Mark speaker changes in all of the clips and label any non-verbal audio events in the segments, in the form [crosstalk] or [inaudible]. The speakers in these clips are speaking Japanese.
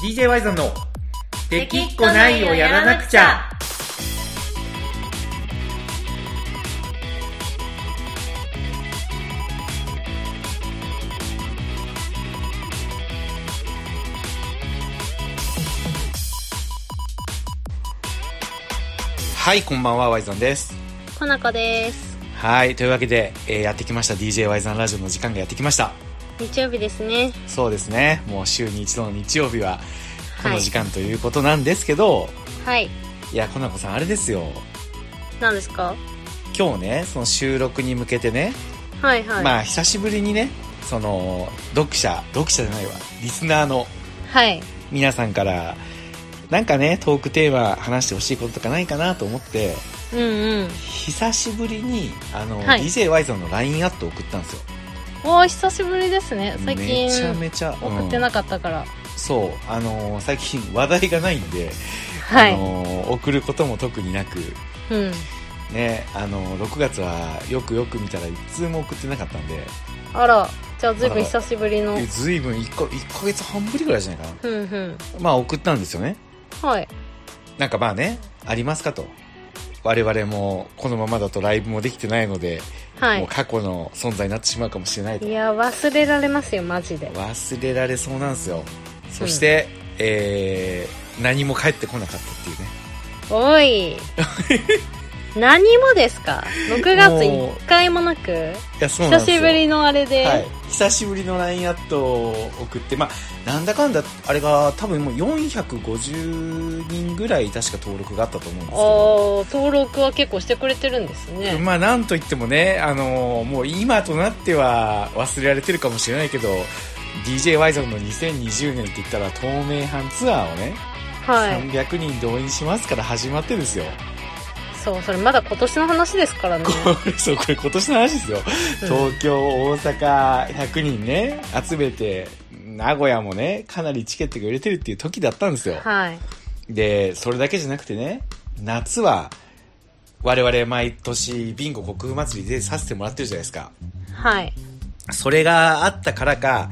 Speaker 1: DJ ワイザンの「できっこないをやらなくちゃ」はいこんばんはワイザンです
Speaker 2: コナコです
Speaker 1: はいというわけで、えーやってきました DJ ワイザンラジオの時間がやってきました
Speaker 2: 日曜日ですね
Speaker 1: そうですねもう週に一度の日曜日はこ
Speaker 2: は
Speaker 1: の
Speaker 2: い
Speaker 1: 時間ということなんですけど、
Speaker 2: はい
Speaker 1: い、やコナコさんあれですよ
Speaker 2: 何ですか
Speaker 1: 今日ねその収録に向けてね、
Speaker 2: はいはい、
Speaker 1: まあ久しぶりにねその読者読者じゃないわリスナーの
Speaker 2: はい
Speaker 1: 皆さんからなんかねトークテーマ話してほしいこととかないかなと思って
Speaker 2: うんうん
Speaker 1: 久しぶりにあの、
Speaker 2: はい
Speaker 1: DJY さんの LINE アット送ったんですよ
Speaker 2: おー久しぶりですね最近
Speaker 1: めちゃめちゃ、うん
Speaker 2: 送ってなかったから、
Speaker 1: そうあの最近 [laughs] 話題がないんで、
Speaker 2: は
Speaker 1: あ
Speaker 2: い
Speaker 1: の送ることも特になく
Speaker 2: うん
Speaker 1: ねあの6月はよくよく見たら一通も送ってなかったんで
Speaker 2: あらじゃあずいぶん久しぶりの
Speaker 1: えずいぶん1か1ヶ月半ぶりぐらいじゃないかな
Speaker 2: うんうん
Speaker 1: まあ送ったんですよね
Speaker 2: はい
Speaker 1: なんかまあねありますかと我々もこのままだとライブもできてないので、
Speaker 2: は
Speaker 1: もう
Speaker 2: い
Speaker 1: 過去の存在になってしまうかもしれないと
Speaker 2: いや忘れられますよマジで
Speaker 1: 忘れられそうなんですよそして、えー何も返ってこなかったっていうね
Speaker 2: お
Speaker 1: [laughs]
Speaker 2: い何もですか6
Speaker 1: もう
Speaker 2: 月一回もなく
Speaker 1: いやそうなん
Speaker 2: 久
Speaker 1: ですよ
Speaker 2: しぶりのあれで、
Speaker 1: はい、久しぶりの LINE アットを送って、まあ、なんだかんだあれが多分もう450人ぐらい確か登録があったと思うんですけど
Speaker 2: おー登録は結構してくれてるんですね、
Speaker 1: まあなんといってもね、あのーもう今となっては忘れられてるかもしれないけど d j y ゾンの2020年って言ったら透明版ツアーをね、
Speaker 2: はい
Speaker 1: 300人動員しますから始まってですよ
Speaker 2: そうそれまだ今年の話ですからね
Speaker 1: これそうこれ今年の話ですよ東京、大阪100人ね集めて名古屋もねかなりチケットが売れてるっていう時だったんですよ
Speaker 2: はい
Speaker 1: でそれだけじゃなくてね夏は我々毎年ビンゴ国風祭りでさせてもらってるじゃないですか
Speaker 2: はい
Speaker 1: それがあったからか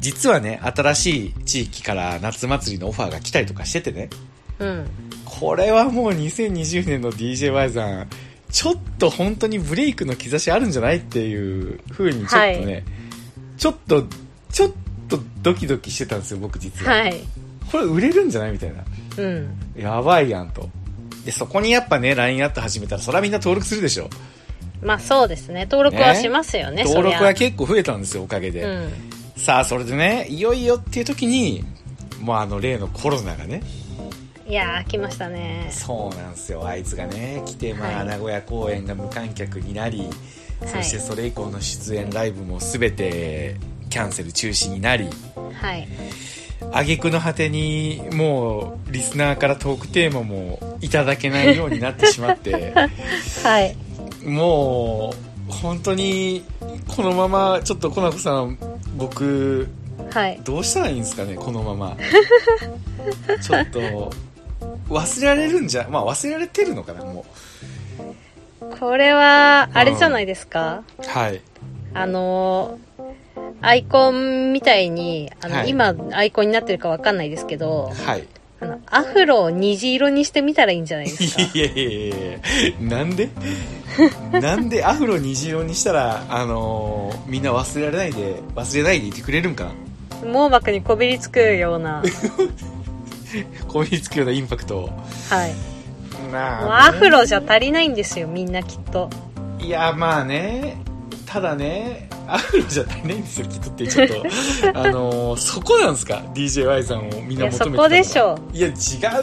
Speaker 1: 実はね新しい地域から夏祭りのオファーが来たりとかしててね
Speaker 2: うん
Speaker 1: これはもう2020年の DJY さん、ちょっと本当にブレイクの兆しあるんじゃないっていう風にちょっとね、
Speaker 2: は
Speaker 1: ちょっと、ちょっとドキドキしてたんですよ、僕実は。
Speaker 2: はい
Speaker 1: これ売れるんじゃないみたいな。
Speaker 2: うん
Speaker 1: やばいやんと。で、そこにやっぱね、LINE アット始めたら、そらみんな登録するでしょ。
Speaker 2: まあそうですね登録はしますよねそ
Speaker 1: 登
Speaker 2: りゃ
Speaker 1: 録は結構増えたんですよ、おかげで。
Speaker 2: うん
Speaker 1: さあ、それでね、いよいよっていう時に、もうあの例のコロナがね、
Speaker 2: いやー来ましたね
Speaker 1: そうなんですよあいつがね来て、まあ
Speaker 2: はい
Speaker 1: 名古屋公演が無観客になり、そして
Speaker 2: はい
Speaker 1: それ以降の出演ライブも全てキャンセル中止になり
Speaker 2: はい
Speaker 1: 挙句の果てにもうリスナーからトークテーマもいただけないようになってしまって
Speaker 2: [laughs] はい
Speaker 1: もう本当にこのままちょっとコナコさん僕
Speaker 2: はい
Speaker 1: どうしたらいいんですかねこのまま [laughs] ちょっと忘れられるんじゃまあ忘れられてるのかなもう
Speaker 2: これはあれじゃないですか、
Speaker 1: はい
Speaker 2: あのーアイコンみたいにあの、
Speaker 1: はい
Speaker 2: 今アイコンになってるかわかんないですけど
Speaker 1: はい
Speaker 2: あのアフロを虹色にしてみたらいいんじゃないですか
Speaker 1: [laughs] いやいやいやいやなんでなんでアフロ虹色にしたら、あのーみんな忘れられないで忘れないでいてくれるんかな
Speaker 2: 網膜にこびりつくような
Speaker 1: こういうつくようなインパクトを
Speaker 2: はいもう
Speaker 1: ま
Speaker 2: アフ
Speaker 1: ロ
Speaker 2: ロじゃ足りないんですよみんなきっと
Speaker 1: いやまあねただねアフロじゃ足りないんですよきっとってち [laughs] ょっとあのーそこなんですか DJY さんをみん
Speaker 2: い
Speaker 1: な求め
Speaker 2: や
Speaker 1: てた
Speaker 2: そ
Speaker 1: の
Speaker 2: こでしょ
Speaker 1: いや違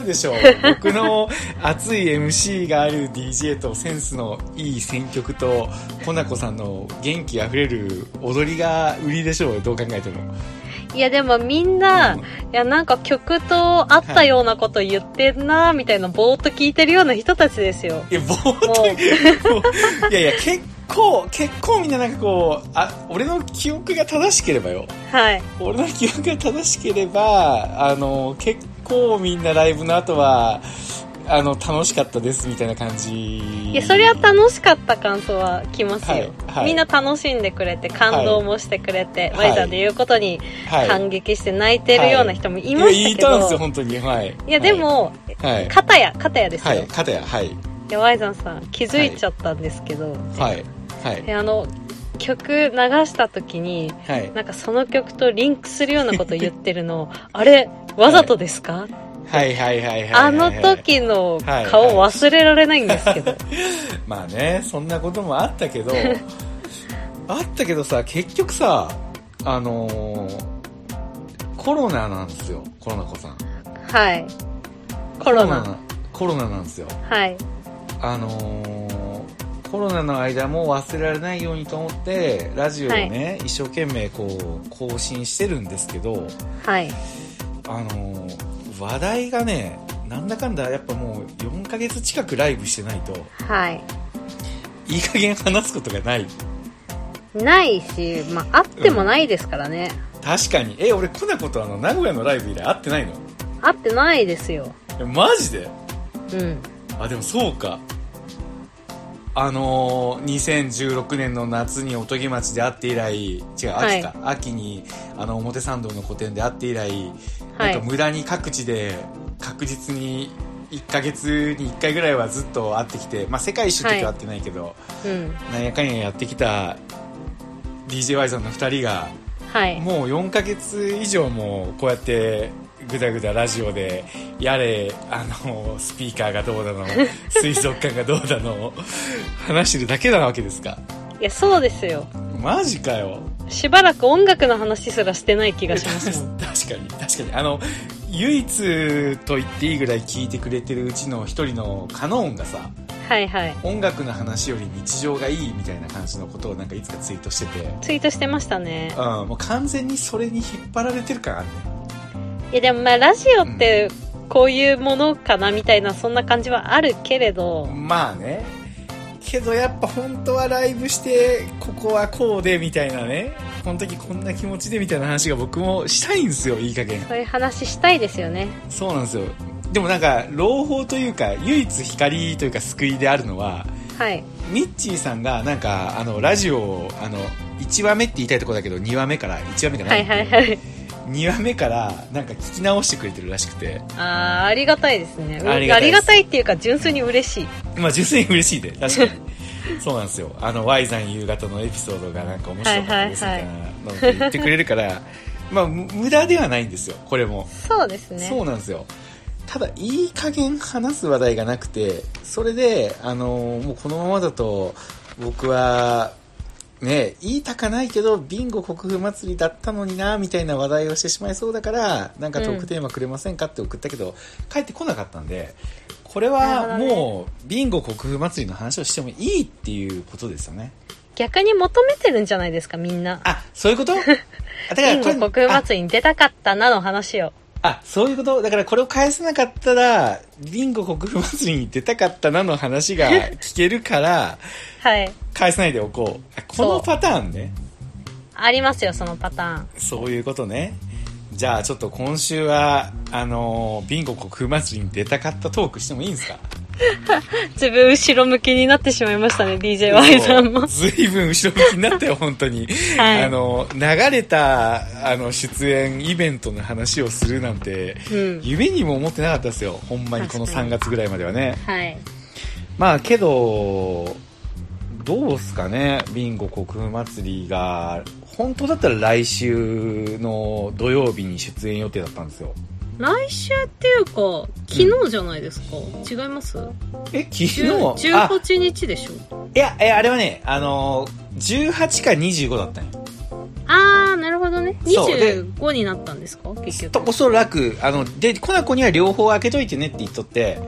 Speaker 1: うで
Speaker 2: [laughs]
Speaker 1: しょう僕の熱い MC がある DJ とセンスのいい選曲とコナコさんの元気あふれる踊りが売りでしょうどう考えても
Speaker 2: ういやでもみんな、
Speaker 1: うん
Speaker 2: いやなんか曲と合ったようなこと言ってんなみたいなぼーっと聞いてるような人たちですよ
Speaker 1: いや冒
Speaker 2: も
Speaker 1: 頭いやいや結構結構みんななんかこうあ俺の記憶が正しければよ
Speaker 2: うはい
Speaker 1: 俺の記憶が正しければあの結構みんなライブの後はあの楽しかったですみたいな感じい
Speaker 2: いや、そりゃ楽しかった感想は来ます
Speaker 1: は
Speaker 2: よ。
Speaker 1: いはい
Speaker 2: みんな楽しんでくれて、感動もしてくれて、
Speaker 1: はい
Speaker 2: ワイさんで言うことに
Speaker 1: はい
Speaker 2: 感激して泣いてるような人もいま
Speaker 1: や
Speaker 2: し
Speaker 1: い
Speaker 2: たけど、
Speaker 1: たんですよ本当にはい
Speaker 2: いや、でも、
Speaker 1: はい
Speaker 2: かたや、かたやです
Speaker 1: は
Speaker 2: よ。
Speaker 1: い片やはい
Speaker 2: いや、ワイザンさん、気づいちゃったんですけど、
Speaker 1: はいはい
Speaker 2: えあの、曲流した時に、
Speaker 1: はい
Speaker 2: なんかその曲とリンクするようなこと言ってるのを、 [laughs] あれ、わざとですか、
Speaker 1: はいはいはいはいはい
Speaker 2: あの時の顔忘れられないんですけど。
Speaker 1: まあねそんなこともあったけ
Speaker 2: [laughs]
Speaker 1: どあったけどさ結局さあのーコロナなんですよコロナ子さん
Speaker 2: はい。コロナ。
Speaker 1: コロナなんですよ
Speaker 2: はい。
Speaker 1: あのーコロナの間も忘れられないようにと思ってラジオをね、一生懸命こう更新してるんですけど
Speaker 2: はい。
Speaker 1: あのー話題がねなんだかんだやっぱもう4ヶ月近くライブしてないと
Speaker 2: はい。
Speaker 1: いい加減話すことがない
Speaker 2: ないし、まあ、あってもないですからね。
Speaker 1: 確かにえ俺コナコとあの名古屋のライブ以来会ってないの
Speaker 2: あってないですよ。
Speaker 1: えマジで
Speaker 2: うん。
Speaker 1: あでもそうかあのー、2016年の夏におとぎ町で会って以来違う秋か、
Speaker 2: はい
Speaker 1: 秋にあの表参道の個展で会って以来、
Speaker 2: は
Speaker 1: なん
Speaker 2: い
Speaker 1: か。無駄に各地で確実に1ヶ月に1回ぐらいはずっと会ってきて、まあ、世界一周の時は会ってないけど、
Speaker 2: うん。
Speaker 1: なんやかんややってきた DJY さんの2人が
Speaker 2: はい。
Speaker 1: もう4ヶ月以上もこうやってぐだぐだラジオでやれあのスピーカーがどうだの水族館がどうだの話してるだけなわけですか
Speaker 2: いや、そうですよ。
Speaker 1: マジかよ
Speaker 2: しばらく音楽の話すらしてない気がしますも [laughs] ん。
Speaker 1: 確かに確かにあの唯一と言っていいぐらい聞いてくれてるうちの一人のカノンがさ
Speaker 2: はいはい。
Speaker 1: 音楽の話より日常がいいみたいな感じのことをなんかいつかツイートしてて、
Speaker 2: ツイートしてましたね
Speaker 1: うん、。もう完全にそれに引っ張られてる感あるね
Speaker 2: いや、でもまあ、ラジオって、こういうものかなみたいな、そんな感じはあるけれど、
Speaker 1: まあねけどやっぱ本当はライブしてここはこうでみたいなねこの時こんな気持ちでみたいな話が僕もしたいんですよいい加減
Speaker 2: そういう話したいですよね。
Speaker 1: そうなんですよでもなんか朗報というか唯一光というか救いであるのは
Speaker 2: はい。
Speaker 1: ミッチーさんがなんかあのラジオをあの1話目って言いたいとこだけど2話目から1話目か
Speaker 2: は
Speaker 1: ら
Speaker 2: いはいはい。
Speaker 1: 2話目からなんか聞き直してくれてるらしくて
Speaker 2: あーありがたいですね。
Speaker 1: あ
Speaker 2: あ
Speaker 1: り
Speaker 2: り
Speaker 1: がたいです
Speaker 2: がたいっていうか、純粋に嬉しい。
Speaker 1: まあ純粋に嬉しいで確かにそうなんですよあの Y さん夕方のエピソードがなんか面白かったですみ
Speaker 2: は
Speaker 1: た
Speaker 2: い
Speaker 1: い
Speaker 2: は
Speaker 1: なのって言ってくれるからまあむ無駄ではないんですよこれも、
Speaker 2: そうですね。
Speaker 1: そうなんですよただいい加減話す話題がなくてそれであのーもうこのままだと僕はね言いたかないけどビンゴ国風祭りだったのになみたいな話題をしてしまいそうだからなんかトークテーマくれませんかって送ったけど、帰ってこなかったんでこれは
Speaker 2: なるほどね
Speaker 1: もう、ビンゴ国風祭りの話をしてもいいっていうことですよね
Speaker 2: 逆に求めてるんじゃないですか、みんな。
Speaker 1: あそういう
Speaker 2: [laughs]
Speaker 1: ことあだから
Speaker 2: イン
Speaker 1: これ
Speaker 2: ゴ国祭りに出たかったなの話を。
Speaker 1: あ、そういうことだからこれを返せなかったら、リンゴ国風祭りに出たかったなの話が聞けるから、
Speaker 2: はい。
Speaker 1: 返さないでおこう。あこのパターンね。
Speaker 2: ありますよ、そのパターン。
Speaker 1: そういうことね。じゃあちょっと今週は、あのービンゴ国風祭りに出たかったトークしてもいいんですか
Speaker 2: 自分後ろ向きになってしまいましたね、DJY さんも。
Speaker 1: ずいぶん後ろ向きになったよ、本当に。
Speaker 2: はい
Speaker 1: あの、流れた、あの、出演イベントの話をするなんて、
Speaker 2: うん。
Speaker 1: 夢にも思ってなかったですよ。ほんまにこの
Speaker 2: 確か
Speaker 1: 3
Speaker 2: に
Speaker 1: 月ぐらいまではね。
Speaker 2: はい。
Speaker 1: まあけど、どうすかね、ビンゴ国風祭りが、本当だったら来週の土曜日に出演予定だったんですよ。
Speaker 2: 来週っていうか、昨日じゃないですか。違います
Speaker 1: え、昨日
Speaker 2: ?10
Speaker 1: あ、
Speaker 2: 18日でしょ。
Speaker 1: いや、え、あれはね、あのー、18か25だったんよ。
Speaker 2: あー、なるほどね。
Speaker 1: そうで
Speaker 2: 25になったんですか結
Speaker 1: と
Speaker 2: 局。
Speaker 1: おそらく、あの、で、コナコには両方開けといてねって言っとって、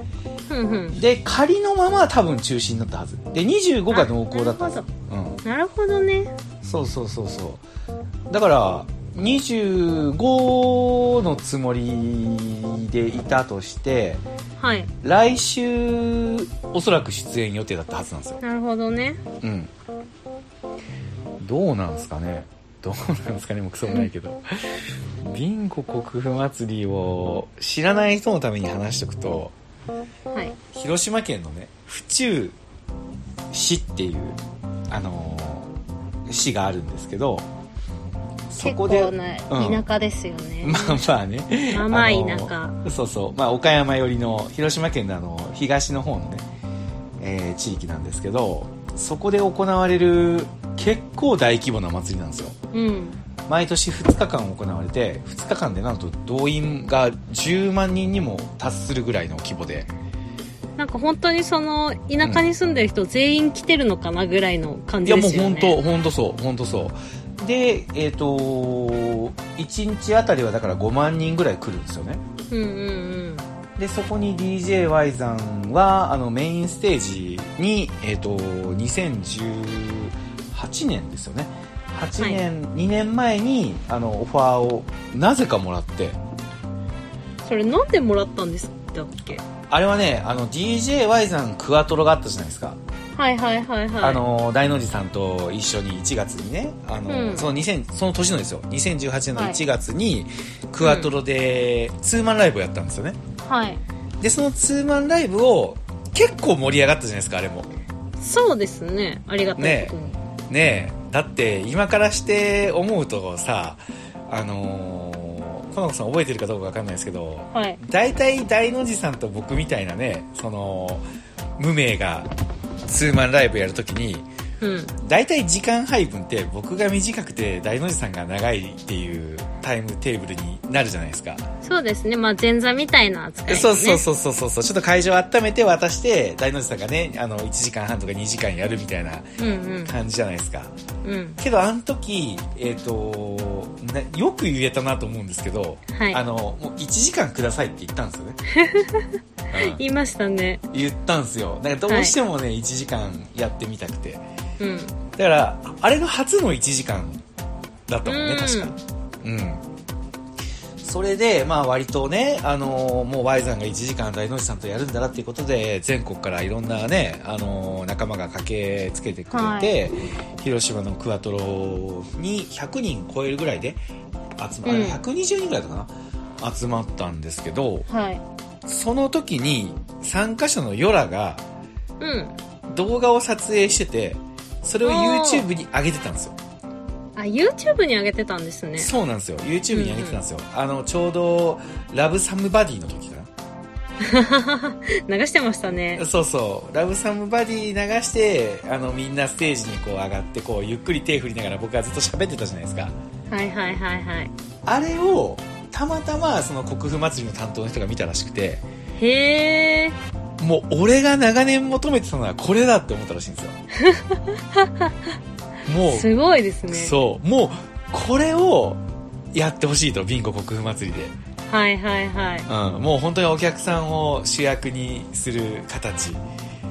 Speaker 2: うんうん。
Speaker 1: で、仮のまま多分中止になったはず。で、25が濃厚だったんですよ
Speaker 2: あなる
Speaker 1: うん。
Speaker 2: なるほどね。
Speaker 1: そうそうそうそうだから25のつもりでいたとして
Speaker 2: はい。
Speaker 1: 来週おそらく出演予定だったはずなんですよ
Speaker 2: なるほどね。
Speaker 1: うんどうなんすかねどうなんすかねもうクソもないけ [laughs] どビンゴ国府祭りを知らない人のために話しとくと
Speaker 2: はい。
Speaker 1: 広島県のね府中市っていう、あのー市があるんですけどそ
Speaker 2: 結
Speaker 1: こ
Speaker 2: 構
Speaker 1: で
Speaker 2: な
Speaker 1: うん
Speaker 2: 田舎ですよね。
Speaker 1: [laughs] まあまあね [laughs]
Speaker 2: まあまあ
Speaker 1: の
Speaker 2: 田舎
Speaker 1: そうそう、まあ、岡山寄りの広島県のあの東の方のね、えー地域なんですけどそこで行われる結構大規模な祭りなんですよ
Speaker 2: うん。
Speaker 1: 毎年2日間行われて2日間でなんと動員が10万人にも達するぐらいの規模で
Speaker 2: なんか本当にその、田舎に住んでる人全員来てるのかなぐらいの感
Speaker 1: い
Speaker 2: じ
Speaker 1: や
Speaker 2: で
Speaker 1: もう
Speaker 2: すよ
Speaker 1: 本
Speaker 2: ね。
Speaker 1: 当本当そう本当そうでえっ、と1日あたりはだから5万人ぐらい来るんですよね
Speaker 2: 当。うんうん
Speaker 1: でそこに DJY さんはあのメインステージに、えー、と2018年ですよね8年、2年前にあのオファーをなぜかもらって
Speaker 2: うん。それなんでもらったんですだっけ
Speaker 1: あれはねあの DJY さんクワトロがあったじゃないですか
Speaker 2: はいはいはいはい。
Speaker 1: あの大の字さんと一緒に1月にねあの、
Speaker 2: うん
Speaker 1: その2000その年のですよ2018年の1月にクワトロでツーマンライブをやったんですよね、
Speaker 2: はい。
Speaker 1: でそのツーマンライブを結構盛り上がったじゃないですかあれも
Speaker 2: そうですね。ありがたいことに。
Speaker 1: ねえだって今からして思うとさあのー、コナコさん覚えてるかどうかわかんないですけど
Speaker 2: はい。
Speaker 1: 大体大の字さんと僕みたいなねその無名がツーマンライブやるときに
Speaker 2: うん。
Speaker 1: 大体時間配分って僕が短くて大の字さんが長いっていうタイムテーブルになるじゃないですか、
Speaker 2: そうですね。まあ前座みたいな扱い、ね。
Speaker 1: そうそうそうそうそうそうちょっと会場温めて渡して大の字さんがねあの1時間半とか2時間やるみたいな
Speaker 2: う。うん
Speaker 1: 感じじゃないですか
Speaker 2: うん。うん。
Speaker 1: けどあの時えっ、となよく言えたなと思うんですけど、
Speaker 2: はい
Speaker 1: あのもう1時間くださいって言ったんです
Speaker 2: [laughs]
Speaker 1: よね、うん
Speaker 2: 言いましたね。
Speaker 1: 言ったんですよだからどうしてもね、1時間やってみたくてだ
Speaker 2: うん。
Speaker 1: からあれが初の1時間だったもん
Speaker 2: う
Speaker 1: ね
Speaker 2: ん
Speaker 1: 確かうんそれで、まあ割とね、あのーもう Y さんが1時間大の字さんとやるんだなっていうことで、全国からいろんなね、あのー仲間が駆けつけてくれて、
Speaker 2: は
Speaker 1: 広島のクワトロに100人超えるぐらいで、集ま、あれ
Speaker 2: うん
Speaker 1: 120人ぐらいだったかな集まったんですけど、
Speaker 2: はい。
Speaker 1: その時に参加者のヨラが
Speaker 2: うん。
Speaker 1: 動画を撮影してて、それを YouTube に上げてたんですよ。
Speaker 2: あ、YouTube に上げてたんですね。
Speaker 1: そうなんですよ。YouTube に上げてたんですよ。あの、ちょうど、ラブサムバディの時かな。
Speaker 2: [laughs] 流してましたね。
Speaker 1: そうそう「ラブサムバディ」流してあのみんなステージにこう上がってこうゆっくり手振りながら僕はずっと喋ってたじゃないですか
Speaker 2: はいはいはいはい。
Speaker 1: あれをたまたまその国府祭りの担当の人が見たらしくて
Speaker 2: へえ。
Speaker 1: もう俺が長年求めてたのはこれだって思ったらしいんですよ [laughs] もう、
Speaker 2: すごいですね。
Speaker 1: そうもうこれをやってほしいとビンゴ国府祭りで、
Speaker 2: はいはいはい。
Speaker 1: うん、もう本当にお客さんを主役にする形、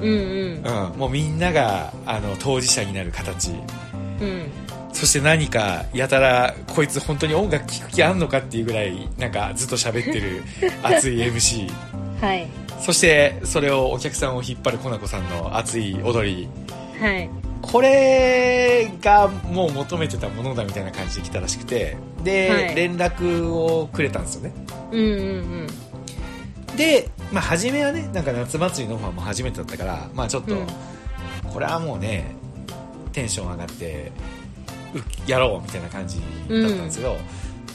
Speaker 2: うん
Speaker 1: うん、もうみんながあの当事者になる形
Speaker 2: うん。うん。
Speaker 1: そして何かやたらこいつ本当に音楽聴く気あんのかっていうぐらいなんかずっと喋ってる
Speaker 2: [laughs]
Speaker 1: 熱い MC
Speaker 2: はい。
Speaker 1: そしてそれをお客さんを引っ張るコナコさんの熱い踊り
Speaker 2: はい。
Speaker 1: これがもう求めてたものだみたいな感じで来たらしくてで、
Speaker 2: はい
Speaker 1: 連絡をくれたんですよね
Speaker 2: うんうん
Speaker 1: で、まあ、初めはねなんか夏祭りのオファーも初めてだったから、まあ、ちょっと、
Speaker 2: うん
Speaker 1: これはもうねテンション上がってうやろうみたいな感じだったんですけど、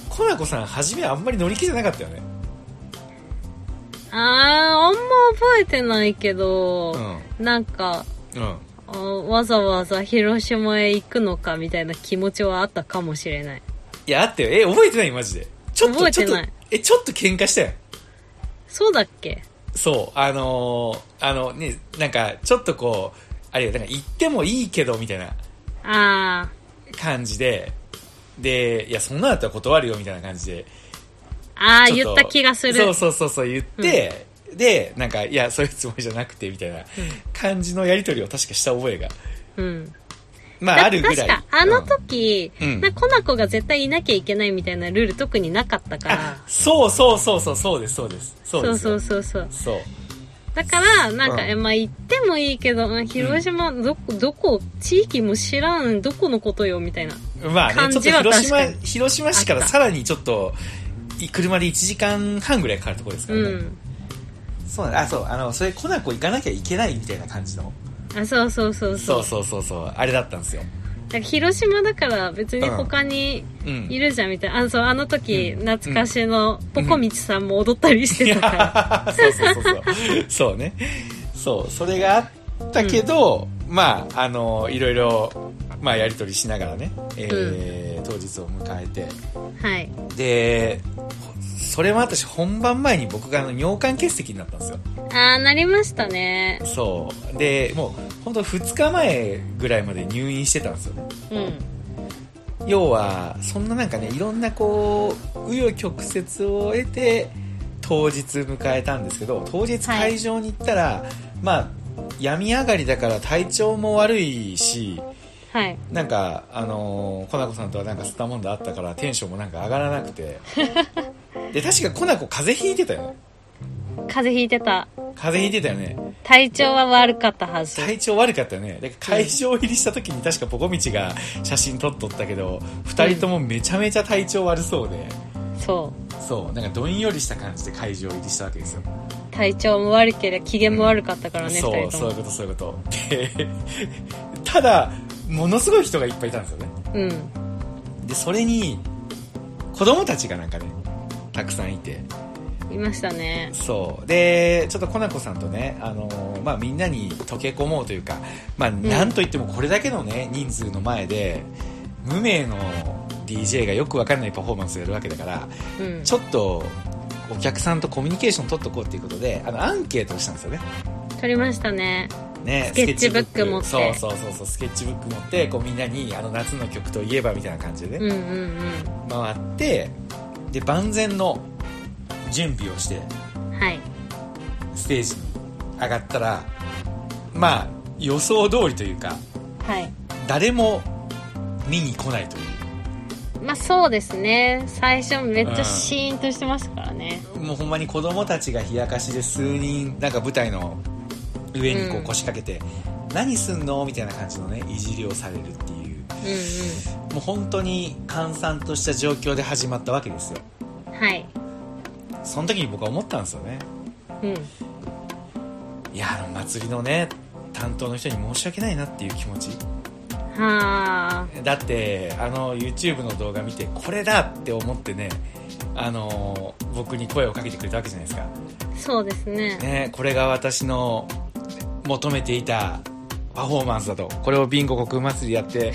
Speaker 1: コナコさん初めはあんまり乗り気じゃなかったよね、
Speaker 2: うん。あー、あんま覚えてないけど、
Speaker 1: う
Speaker 2: なんか、
Speaker 1: んうん、
Speaker 2: あわざわざ広島へ行くのかみたいな気持ちはあったかもしれない。
Speaker 1: いやあったよえ覚えてないマジでちょっと
Speaker 2: 覚え
Speaker 1: ち
Speaker 2: て
Speaker 1: ょ
Speaker 2: な
Speaker 1: っ
Speaker 2: い
Speaker 1: とえちょっと喧嘩したよ
Speaker 2: そうだっけ
Speaker 1: そうあのーあのねなんかちょっとこうあれよなんか行ってもいいけどみたいな
Speaker 2: あ
Speaker 1: 感じででいやそんなだったら断るよみたいな感じで
Speaker 2: あ、ああ、
Speaker 1: ちょ
Speaker 2: 言
Speaker 1: と
Speaker 2: った気がする。
Speaker 1: そうそうそうそう言って、でなんかいやそういうつもりじゃなくてみたいな感じのやり取りを確かした覚えが
Speaker 2: うん。
Speaker 1: ま
Speaker 2: だ
Speaker 1: あ
Speaker 2: っ
Speaker 1: あ
Speaker 2: て
Speaker 1: るぐら
Speaker 2: 確
Speaker 1: い
Speaker 2: か、あの
Speaker 1: うん
Speaker 2: 時、
Speaker 1: うん
Speaker 2: なコナコが絶対いなきゃいけないみたいなルール特になかったから。
Speaker 1: そうそうそうそうそうですそうですそう
Speaker 2: そ
Speaker 1: で
Speaker 2: う
Speaker 1: す
Speaker 2: そうそうそう。
Speaker 1: そう
Speaker 2: だから、なん
Speaker 1: うん
Speaker 2: か、えまあ、行ってもいいけど、うん広島、どこ、どこ、地域も知らん、どこのことよ、みたいな。
Speaker 1: まあね
Speaker 2: 感
Speaker 1: ちょっと広島
Speaker 2: じは確かに
Speaker 1: 広島市から
Speaker 2: あった
Speaker 1: さらにちょっとい車で1時間半ぐらいかかるところですか
Speaker 2: う
Speaker 1: らね、
Speaker 2: ん。
Speaker 1: そうなんあそうあのそれコナコ行かなきゃいけないみたいな感じの
Speaker 2: あそうそうそうそう
Speaker 1: そうそうそうそうあれだったんですよ
Speaker 2: なんか広島だから別に他に
Speaker 1: う
Speaker 2: い
Speaker 1: ん
Speaker 2: るじゃんみたいな、あそうあの時
Speaker 1: うん
Speaker 2: 懐かしのポコミチさんも踊ったりしてたから、
Speaker 1: そうそうそうそうそうねそうそれがあったけど、まああのいろいろまあやり取りしながらね、えー当日を迎えて
Speaker 2: はい
Speaker 1: でそれも私本番前に僕があの尿管結石になったんですよ
Speaker 2: ああなりましたね
Speaker 1: そうでもう本当2日前ぐらいまで入院してたんですよね
Speaker 2: うん
Speaker 1: 要はそんななんかねいろんなこう紆余曲折を得て当日迎えたんですけど当日
Speaker 2: はい
Speaker 1: 会場に行ったら、まあ病み上がりだから体調も悪いし
Speaker 2: はい
Speaker 1: なんかあのー、コナコさんとはなんか吸ったもんだあったからテンションもなんか上がらなく
Speaker 2: [laughs]
Speaker 1: てで確かコナコ風邪ひいてたよね
Speaker 2: 風邪ひいてた
Speaker 1: 風邪ひいてたよね
Speaker 2: 体調は悪かったはず
Speaker 1: 体調悪かったよねだから会場入りした時に確かポコミチが写真撮っとったけど2人ともめちゃめちゃ体調悪そうで、
Speaker 2: そ
Speaker 1: そうなんかどんよりした感じで会場入りしたわけですよ、
Speaker 2: う体調も悪ければ機嫌も悪かったからね、
Speaker 1: そ
Speaker 2: 二
Speaker 1: う
Speaker 2: 人
Speaker 1: そうい
Speaker 2: とも
Speaker 1: うことそういうことで [laughs] ただものすごい人がいっぱいいたんですよね
Speaker 2: うん
Speaker 1: でそれに子供たちがなんかねたくさんいて
Speaker 2: いましたね
Speaker 1: そうでちょっとコナコさんとね、あのーまあ、みんなに溶け込もうというか、まあ、なんといってもこれだけの、ね、人数の前で無名の DJ がよくわかんないパフォーマンスをやるわけだから
Speaker 2: うん
Speaker 1: ちょっとお客さんとコミュニケーション取っとこうということであのアンケートをしたんですよね
Speaker 2: 撮りましたね
Speaker 1: ね
Speaker 2: スケッチブック持って
Speaker 1: そうそうそうそうスケッチブック持ってこうみんなにあの夏の曲といえばみたいな感じで
Speaker 2: うん
Speaker 1: ね、
Speaker 2: うんう
Speaker 1: 回ってで万全の準備をして
Speaker 2: んはい
Speaker 1: ステージに上がったらまあ予想通りというか
Speaker 2: はい
Speaker 1: 誰も見に来ないとい
Speaker 2: まあそうですね最初めっちゃシーンとしてますからね
Speaker 1: うもうほんまに子供たちが冷やかしで数人なんか舞台の上にこ
Speaker 2: う
Speaker 1: うん腰掛けて「何すんの?」みたいな感じのねいじりをされるっていう
Speaker 2: う
Speaker 1: もう本当に閑散とした状況で始まったわけですよ
Speaker 2: んうんはい
Speaker 1: その時に僕は思ったんですよね
Speaker 2: うん
Speaker 1: いやあの祭りのね担当の人に申し訳ないなっていう気持ち
Speaker 2: はあ
Speaker 1: だってあの YouTube の動画見てこれだって思ってねあの僕に声をかけてくれたわけじゃないですか、
Speaker 2: そうですね
Speaker 1: ね、これが私の求めていたパフォーマンスだとこれをビンゴ国祭りや
Speaker 2: [laughs]
Speaker 1: って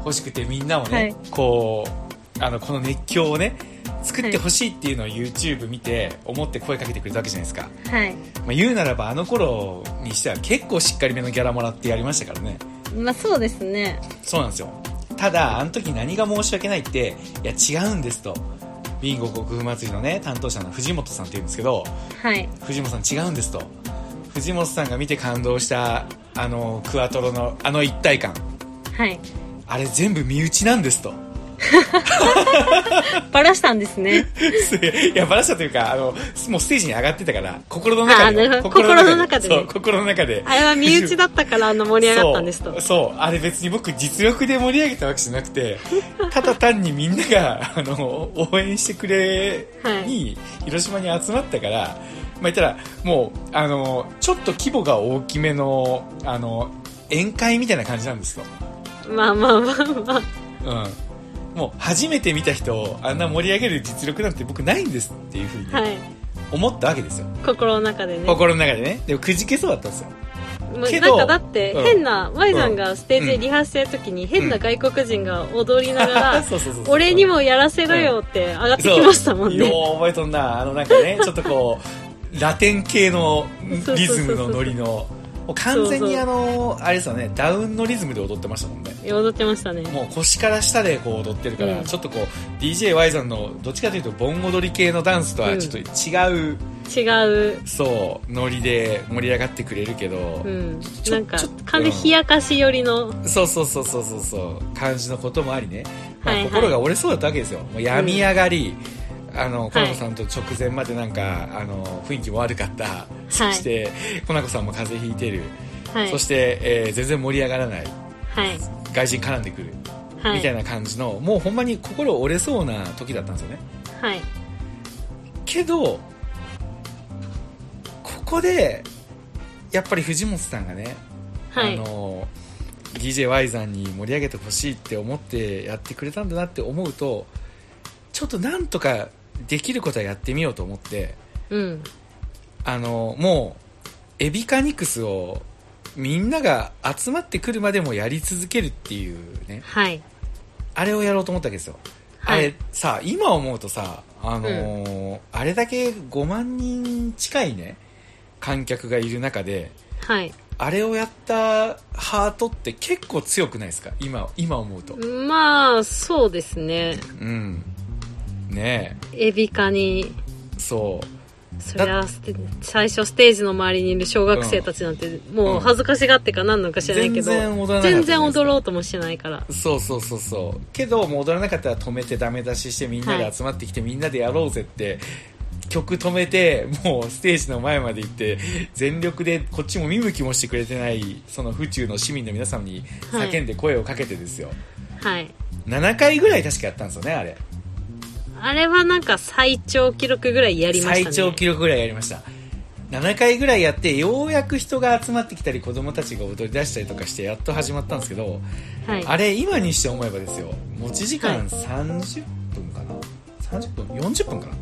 Speaker 1: 欲しくてみんなをね、
Speaker 2: はい
Speaker 1: こうあのこの熱狂をね作ってほしいっていうのを YouTube 見て思って声かけてくれたわけじゃないですか、
Speaker 2: はい
Speaker 1: まあ、言うならばあの頃にしては結構しっかりめのギャラもらってやりましたからね
Speaker 2: まあそうですね
Speaker 1: そうなんですよ。ただ、あの時何が申し訳ないって、いや違うんですと。ビンゴ国風祭りのね、担当者の藤本さんって言うんですけど、
Speaker 2: はい
Speaker 1: 藤本さん違うんですと。藤本さんが見て感動した、あの、クワトロのあの一体感。
Speaker 2: はい
Speaker 1: あれ全部身内なんですと。 [laughs]
Speaker 2: バラしたんですね
Speaker 1: いや、バラしたというか、あの、もうステージに上がってたから、心の中で
Speaker 2: あーな
Speaker 1: よ。
Speaker 2: るほ
Speaker 1: そ
Speaker 2: ど心の中でね
Speaker 1: う、心の中で。
Speaker 2: [laughs] あれは身内だったからあの盛り上がったんです
Speaker 1: そ
Speaker 2: と
Speaker 1: うそうあれ別に僕実力で盛り上げたわけじゃなく
Speaker 2: [laughs]
Speaker 1: てただ単にみんながあ [laughs] の応援してくれに、広島に集まったから、まあ、言ったらもうあのちょっと規模が大きめのあの宴会みたいな感じなんですよ、
Speaker 2: まあまあまあまあ
Speaker 1: うん、もう初めて見た人をあんな盛り上げる実力なんて僕ないんですっていうふうに
Speaker 2: はい
Speaker 1: 思ったわけですよ、
Speaker 2: 心の中でね
Speaker 1: 心の中でねでもくじけそうだったんですよ
Speaker 2: もう
Speaker 1: け
Speaker 2: な
Speaker 1: ど
Speaker 2: んかだって
Speaker 1: うん
Speaker 2: 変な Y さんがステージでリハしてる時に変な外国人が踊りなが
Speaker 1: [laughs]
Speaker 2: ら
Speaker 1: そうそうそうそう
Speaker 2: [laughs] 俺にもやらせろよって上がってきましたもん
Speaker 1: そうよ
Speaker 2: ね
Speaker 1: う覚えとんな。あのなんか
Speaker 2: [laughs]
Speaker 1: ね、ちょっとこう、ラテン系のリズムのノリの、もう完全にあの、あれですよね、ダウンのリズムで踊ってましたもんね。
Speaker 2: 踊ってましたね
Speaker 1: もう腰から下でこう踊ってるから、
Speaker 2: うん
Speaker 1: ちょっとこう、DJY さんのどっちかというと盆踊り系のダンスとはちょっと違う、
Speaker 2: 違う
Speaker 1: そう、ノリで盛り上がってくれるけど、
Speaker 2: うん
Speaker 1: ちょ
Speaker 2: なんか
Speaker 1: ちょっと
Speaker 2: 完全に冷やかし寄りの
Speaker 1: そうそうそうそうそうそう感じのこともありね、まあ
Speaker 2: はいはい
Speaker 1: 心が折れそうだったわけですよもう病み上がり、あのコナコさんと直前までなんか、あの雰囲気も悪かった、そしてコナコさんも風邪ひいてる、
Speaker 2: はい
Speaker 1: そして、えー全然盛り上がらない
Speaker 2: はい
Speaker 1: 外人絡んでくる、
Speaker 2: は
Speaker 1: みたい
Speaker 2: い
Speaker 1: な感じのもうほんまに心折れそうな時だったんですよね
Speaker 2: はい
Speaker 1: けどここでやっぱり藤本さんがね、
Speaker 2: は
Speaker 1: あ
Speaker 2: い。
Speaker 1: の DJY さんに盛り上げてほしいって思ってやってくれたんだなって思うとちょっとなんとかできることはやってみようと思って
Speaker 2: うん。
Speaker 1: あのもうエビカニクスをみんなが集まってくるまでもやり続けるっていうね
Speaker 2: はい。
Speaker 1: あれをやろうと思ったわけですよあ
Speaker 2: は
Speaker 1: れ、
Speaker 2: い。
Speaker 1: さ今思うとさ、あのーあれだけ5万人近いね観客がいる中で
Speaker 2: はい。
Speaker 1: あれをやったハートって結構強くないですか今今思うと
Speaker 2: まあ、そうですね。
Speaker 1: うんね
Speaker 2: エビカに、
Speaker 1: えそう
Speaker 2: そりゃ、ステ最初ステージの周りにいる小学生たちなんて、もう恥ずかしがってか何なんか知らないけど、
Speaker 1: 全然踊らなかったじゃない
Speaker 2: 全
Speaker 1: ですか
Speaker 2: 然踊ろうともしないから。
Speaker 1: そうそうそうそうけどもう踊らなかったら止めてダメ出ししてみんなで集まってきて、みんなでやろうぜって曲止めてもうステージの前まで行って全力でこっちも見向きもしてくれてないその府中の市民の皆さんに
Speaker 2: はい
Speaker 1: 叫んで声をかけてですよ、
Speaker 2: はい。
Speaker 1: 7回ぐらい確かやったんですよねあれ
Speaker 2: あれはなんか最長記録ぐらいやりましたね。
Speaker 1: 最長記録ぐらいやりました7回ぐらいやってようやく人が集まってきたり子供たちが踊り出したりとかしてやっと始まったんですけど、
Speaker 2: はい。
Speaker 1: あれ今にして思えばですよ持ち時
Speaker 2: はい
Speaker 1: 間30分かな、30分40分かな、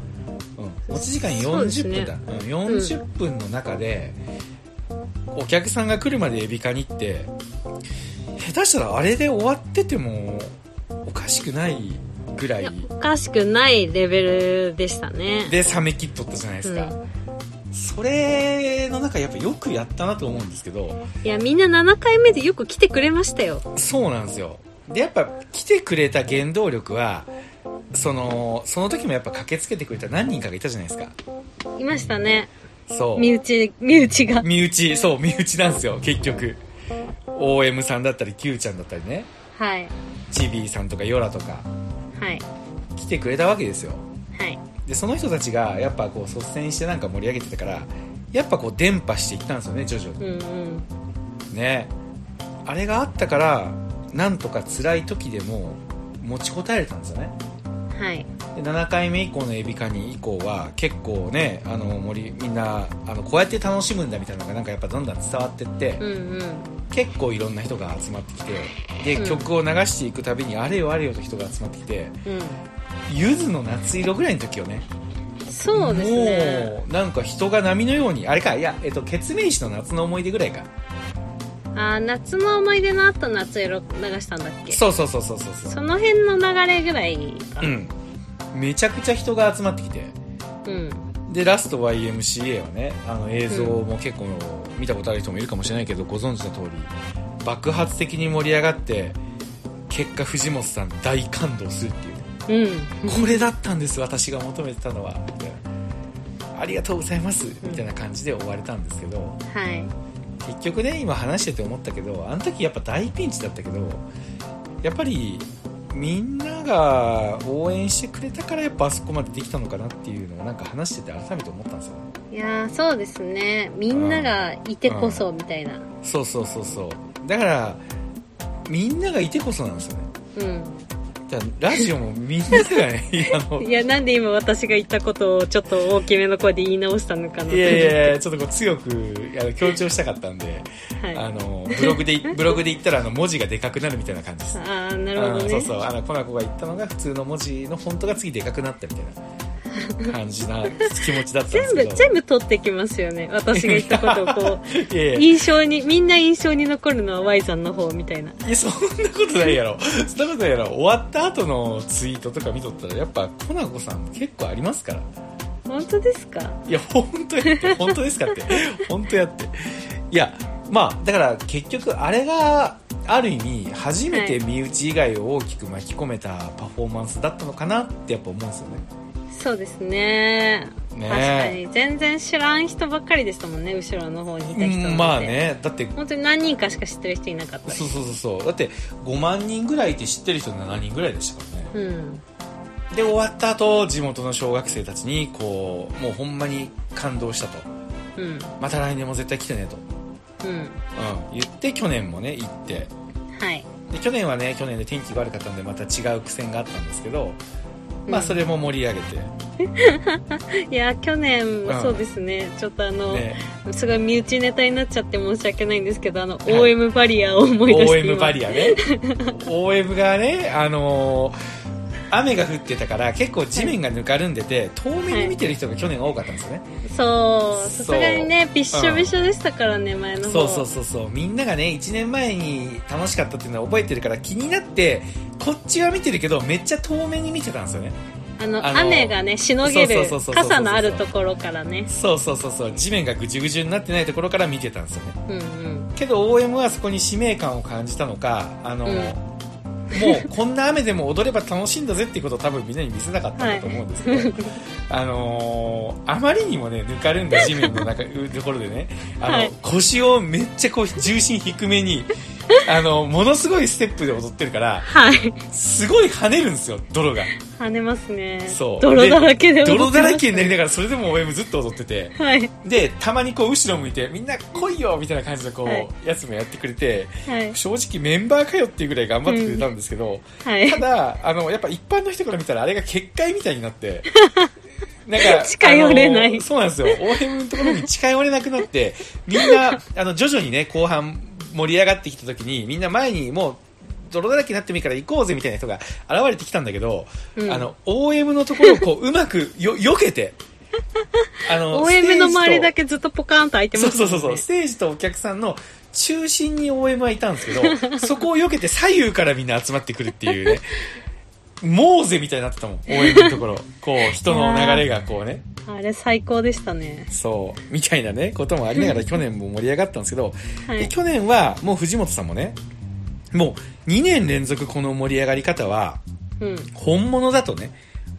Speaker 1: うん、持ち時間
Speaker 2: そうです
Speaker 1: 40
Speaker 2: ね
Speaker 1: 分だ、うん、40分の中で、お客さんが来るまでエビカニって下手したらあれで終わっててもおかしくないぐら
Speaker 2: いや
Speaker 1: い
Speaker 2: おかしくないレベルでしたね。
Speaker 1: で冷めきっとったじゃないですか、
Speaker 2: う
Speaker 1: それの中やっぱよくやったなと思うんですけど
Speaker 2: いや、みんな7回目でよく来てくれましたよ。
Speaker 1: そうなんですよでやっぱ来てくれた原動力はそのその時もやっぱ駆けつけてくれた何人かがいたじゃないですか
Speaker 2: いましたね。
Speaker 1: そう
Speaker 2: 身内、身内が。
Speaker 1: 身内そう身内なんですよ結局 OM さんだったり Q ちゃんだったりね
Speaker 2: はい。
Speaker 1: チビーさんとかヨラとか
Speaker 2: はい。
Speaker 1: 来てくれたわけですよ
Speaker 2: はい。
Speaker 1: でその人たちがやっぱこう率先してなんか盛り上げてたからやっぱこう伝播していったんですよね徐々に
Speaker 2: うんうん。
Speaker 1: ねあれがあったからなんとか辛い時でも持ちこたえれたんですよね
Speaker 2: はい。
Speaker 1: で7回目以降のエビカニ以降は結構ねあの森みんなあのこうやって楽しむんだみたいなのがなんかやっぱどんどん伝わってって、
Speaker 2: うんうん。
Speaker 1: 結構いろんな人が集まってきてで、
Speaker 2: うん
Speaker 1: 曲を流していくたびにあれよあれよと人が集まってきて
Speaker 2: う
Speaker 1: ゆずの夏色ぐらいの時よね
Speaker 2: ん。そうですね。
Speaker 1: もうなんか人が波のようにあれかいやえっとケツメイシの夏の思い出ぐらいか
Speaker 2: あー夏の思い出の後夏色流したんだっけ
Speaker 1: そうそうそうそうそうそう
Speaker 2: その辺の流れぐらいか
Speaker 1: う。ん、めちゃくちゃ人が集まってきて
Speaker 2: うん。
Speaker 1: でラスト YMCA はねあの映像も結構見たことある人もいるかもしれないけど、ご存知の通り爆発的に盛り上がって結果藤本さん大感動するっていう
Speaker 2: うん。
Speaker 1: これだったんです私が求めてたのはみたいなありがとうございますみたいな感じで終われたんですけど
Speaker 2: はい。
Speaker 1: 結局ね今話してて思ったけどあの時やっぱ大ピンチだったけどやっぱりみんなが応援してくれたからやっぱあそこまでできたのかなっていうのをなんか話してて改めて思ったんですよね
Speaker 2: いやーそうですね。みんながいてこそ、みたいな。
Speaker 1: そうそうそうそうだからみんながいてこそなんですよね
Speaker 2: うん。
Speaker 1: だからラジオもみんなが [laughs] ねあの
Speaker 2: いや、なんで今私が言ったことをちょっと大きめの声で言い直したのかなと思っ
Speaker 1: いや
Speaker 2: て。
Speaker 1: いやいやちょっとこう強くあの強調したかったんで
Speaker 2: はい。
Speaker 1: あ
Speaker 2: あ
Speaker 1: のブログでブログで言ったらあの文字がでかくなるみたいな感じです。
Speaker 2: あー、なるほど
Speaker 1: うん
Speaker 2: ね。
Speaker 1: そうそうあのコナコが言ったのが普通の文字のフォントが次でかくなったみたいな感じな気持ちだったんですけ
Speaker 2: 全
Speaker 1: ど
Speaker 2: 部、全部取ってきますよね。私が言ったことをこ
Speaker 1: [laughs] 部いや
Speaker 2: う、
Speaker 1: いや
Speaker 2: 印象に、みんな印象に残るのは Y さんの方みたいな。
Speaker 1: いやそんなことないやろそんなことないやろ終わった後のツイートとか見とったらやっぱコナコさん結構ありますから
Speaker 2: 本当ですか
Speaker 1: いや本当やって本当ですかって本当やっていやまあだから結局あれがある意味初めて身内以外を大きく巻き込めたパフォーマンスだったのかなってやっぱ思うんですよね
Speaker 2: そうですね。
Speaker 1: ねえ
Speaker 2: 確かに。全然知らん人ばっかりでしたもんね、後ろの方にいた人なん
Speaker 1: う
Speaker 2: て。
Speaker 1: んまあ。ねだって
Speaker 2: 本当に何人かしか知ってる人いなかったです
Speaker 1: そうそうそうそうだって5万人ぐらいいて知ってる人7人ぐらいでしたからね
Speaker 2: うん。
Speaker 1: で終わった後地元の小学生たちにこうもうほんまに感動したと
Speaker 2: うん。
Speaker 1: また来年も絶対来てねと、う
Speaker 2: うん。
Speaker 1: ん、言って去年もね行って
Speaker 2: はい。
Speaker 1: で去年はね去年で天気が悪かったんでまた違う苦戦があったんですけどまあそれも盛り上げて、
Speaker 2: [laughs] いや去年
Speaker 1: うん
Speaker 2: そうですね、ちょっとあの、
Speaker 1: ね、
Speaker 2: すごい身内ネタになっちゃって申し訳ないんですけどあの、
Speaker 1: い
Speaker 2: OM バリアを思い出して
Speaker 1: OM バリアね OM がねあのー雨が降ってたから結構地面がぬかるんでて遠目に見てる人が去年多かったんですよね、
Speaker 2: アそうさすがにねびっしょびしょでしたからね、前の方
Speaker 1: そうそうそうそうみんながね1年前に楽しかったっていうのは覚えてるから気になってこっちは見てるけどめっちゃ遠目に見てたんですよね
Speaker 2: あの
Speaker 1: あの
Speaker 2: 雨がねしのげる
Speaker 1: そうそうそうそうそうそう
Speaker 2: 傘のあるところからね
Speaker 1: そうそうそうそう地面がぐじゅぐじゅになってないところから見てたんですよね
Speaker 2: うんうん
Speaker 1: けど OM はそこに使命感を感じたのかあの、
Speaker 2: うん
Speaker 1: もうこんな雨でも踊れば楽しいんだぜっていうことを多分みんなに見せなかったんだと思うんですけど、 [laughs] あのーあまりにもねぬかるんだ地面の中うところでねあの、
Speaker 2: はい
Speaker 1: 腰をめっちゃこう重心低めにあのものすごいステップで踊ってるから
Speaker 2: はい
Speaker 1: すごい跳ねるんですよ泥が
Speaker 2: 跳ねますね
Speaker 1: そう
Speaker 2: 泥だらけで
Speaker 1: 泥だらけになり
Speaker 2: な
Speaker 1: ながらそれでも OM ずっと踊ってて
Speaker 2: はい
Speaker 1: でたまにこう後ろ向いてみんな来いよみたいな感じのこう、
Speaker 2: はい
Speaker 1: やつもやってくれて
Speaker 2: はい
Speaker 1: 正直メンバーかよっていうぐらい頑張ってくれたんですけど、
Speaker 2: はい
Speaker 1: ただあのやっぱ一般の人から見たらあれが結界みたいになって
Speaker 2: [laughs]
Speaker 1: なんか
Speaker 2: 近寄れない
Speaker 1: あのそうなんですよ応変のところに近寄れなくなってみんなあの徐々にね後半盛り上がってきた時にみんな前にもう泥だらけになってもいいから行こうぜみたいな人が現れてきたんだけど、
Speaker 2: うん
Speaker 1: あの OM のところをこううまくよ避けてあ
Speaker 2: [laughs]
Speaker 1: の
Speaker 2: OM の周りだ
Speaker 1: け
Speaker 2: けずっとポカーンと開いてま
Speaker 1: そう
Speaker 2: す
Speaker 1: そ
Speaker 2: も
Speaker 1: うんそうそ
Speaker 2: ね
Speaker 1: う、ステージとお客さんの中心に OM はいたんですけ [laughs] ど、そこを避けて左右からみんな集まってくるっていうね、モーゼみたいになってたもん、OM のところ。こう、人の流れがこうね、
Speaker 2: あれ最高でしたね
Speaker 1: そう、みたいなね、こともありながら去年も盛り上がったんですけど、
Speaker 2: は
Speaker 1: で
Speaker 2: い
Speaker 1: 去年はもう藤本さんもね、もう2年連続この盛り上がり方は、
Speaker 2: うん
Speaker 1: 本物だとね、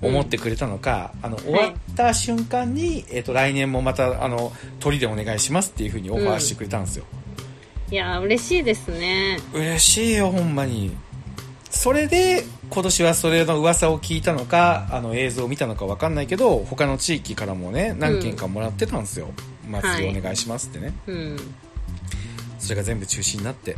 Speaker 1: 思ってくれたのか、あの、終わった瞬間に、えっ、と、来年もまた、あの、鳥でお願いしますっていうふうにオファーしてくれたんですよ。
Speaker 2: いや嬉しいですね
Speaker 1: 嬉しいよほんまにそれで今年はそれの噂を聞いたのかあの映像を見たのかわかんないけど他の地域からもね何件かもらってたんですよ、祭りお願いしますってね、
Speaker 2: うん
Speaker 1: それが全部中止になって
Speaker 2: いや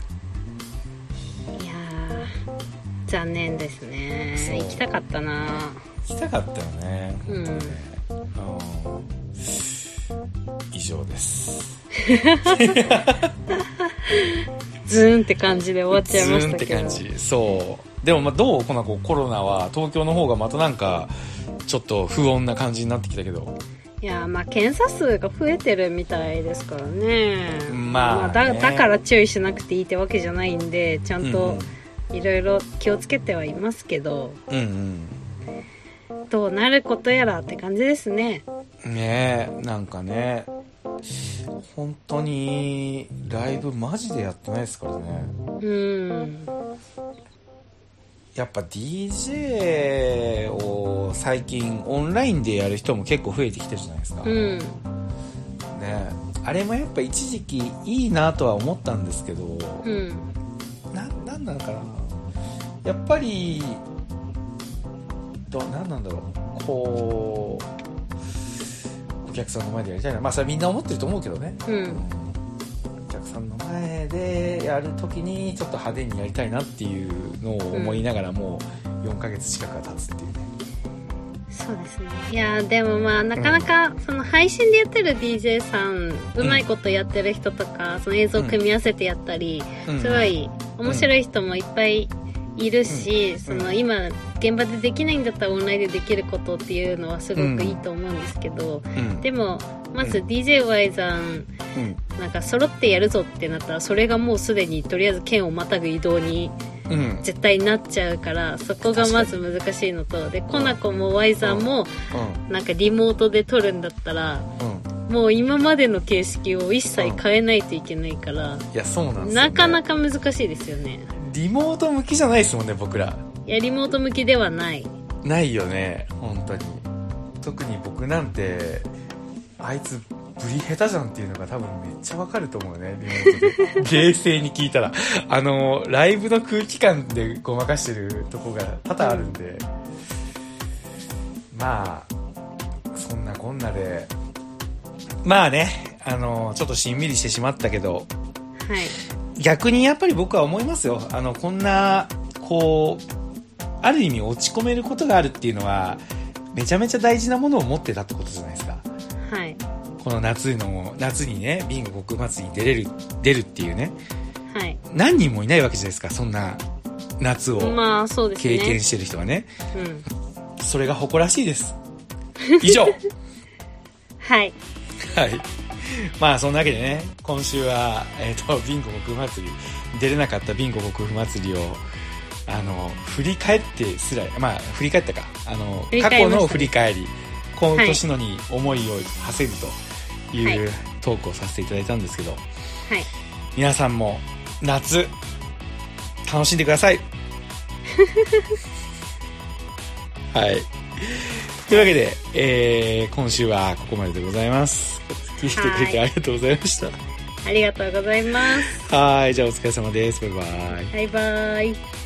Speaker 2: ー残念ですね
Speaker 1: そう
Speaker 2: 行きたかったな
Speaker 1: 行きたかったよね
Speaker 2: うん
Speaker 1: 本当ね、うん以上です
Speaker 2: ズーンって感じで終わっちゃいま
Speaker 1: ズーン
Speaker 2: した
Speaker 1: って
Speaker 2: けど
Speaker 1: 感じそうでもまあどうこの子コロナは東京の方がまたなんかちょっと不穏な感じになってきたけど
Speaker 2: いやーまあ検査数が増えてるみたいですからね
Speaker 1: まあね
Speaker 2: だだから注意しなくていいってわけじゃないんでちゃんといろいろ気をつけてはいますけど、
Speaker 1: うんうん
Speaker 2: どうなることやらって感じですね
Speaker 1: ねえなんかね本当にライブマジでやってないですからね
Speaker 2: うん
Speaker 1: やっぱ DJ を最近オンラインでやる人も結構増えてきてるじゃないですか、
Speaker 2: う
Speaker 1: ね
Speaker 2: ん
Speaker 1: えあれもやっぱ一時期いいなとは思ったんですけど、
Speaker 2: うん
Speaker 1: ななんなのかなやっぱりどなんなんだろうこうお客さんの前でやりたいなまあそれはみんな思ってると思うけどね
Speaker 2: うん
Speaker 1: お客さんの前でやるときにちょっと派手にやりたいなっていうのを思いながらもう4ヶ月近くが経つっていうね、
Speaker 2: そうですねいやーでもまあなかなかその配信でやってる DJ さんうまいことやってる人とかその映像を組み合わせてやったり、
Speaker 1: うん
Speaker 2: すごい面白い人もいっぱいいるし、その今現場でできないんだったらオンラインでできることっていうのはすごくいいと思うんですけど、
Speaker 1: うん
Speaker 2: でもまず
Speaker 1: う
Speaker 2: DJY さんなんか揃ってやるぞってなったらそれがもうすでにとりあえず県をまたぐ移動に
Speaker 1: うんうん
Speaker 2: 絶対なっちゃうからそこがまず難しいのとでコナコも Y さんもなんかリモートで撮るんだったら
Speaker 1: うんうん
Speaker 2: もう今までの形式を一切変えないといけないから、
Speaker 1: いやそうなんですよ、ね、
Speaker 2: なかな
Speaker 1: か
Speaker 2: か難しいですよね。
Speaker 1: リモート向きじゃないですもんね僕ら
Speaker 2: いやリモート向きではない
Speaker 1: ないよね本当に特に僕なんてあいつぶり下手じゃんっていうのが多分めっちゃわかると思うねリモートで冷静に聞いたらあのライブの空気感でごまかしてるとこが多々あるんでまあそんなこんなでまあねあのちょっとしんみりしてしまったけど
Speaker 2: はい
Speaker 1: 逆にやっぱり僕は思いますよあのこんなこうある意味落ち込めることがあるっていうのはめちゃめちゃ大事なものを持ってたってことじゃないですか
Speaker 2: はい
Speaker 1: この夏の夏にねビンゴ国祭に出れる出るっていうね
Speaker 2: はい
Speaker 1: 何人もいないわけじゃないですかそんな夏を
Speaker 2: まあそうですね
Speaker 1: 経験してる人はね
Speaker 2: うん
Speaker 1: それが誇らしいです以上はい
Speaker 2: はい
Speaker 1: まあそんなわけでね今週は、えっとビンゴ国祭り出れなかったビンゴ国祭りをあの振り返ってすらまあ振り返ったかあの
Speaker 2: 振り
Speaker 1: 過
Speaker 2: 返り
Speaker 1: 去
Speaker 2: ましたね
Speaker 1: の振り返り今年のに思いを馳せるという、トークをさせていただいたんですけど
Speaker 2: はい
Speaker 1: 皆さんも夏楽しんでくださいはいというわけで、えー今週はここまででございます聞いてくれてありがとうございました
Speaker 2: ありがとうございます
Speaker 1: はいじゃあお疲れ様ですバイバイ
Speaker 2: バイバイ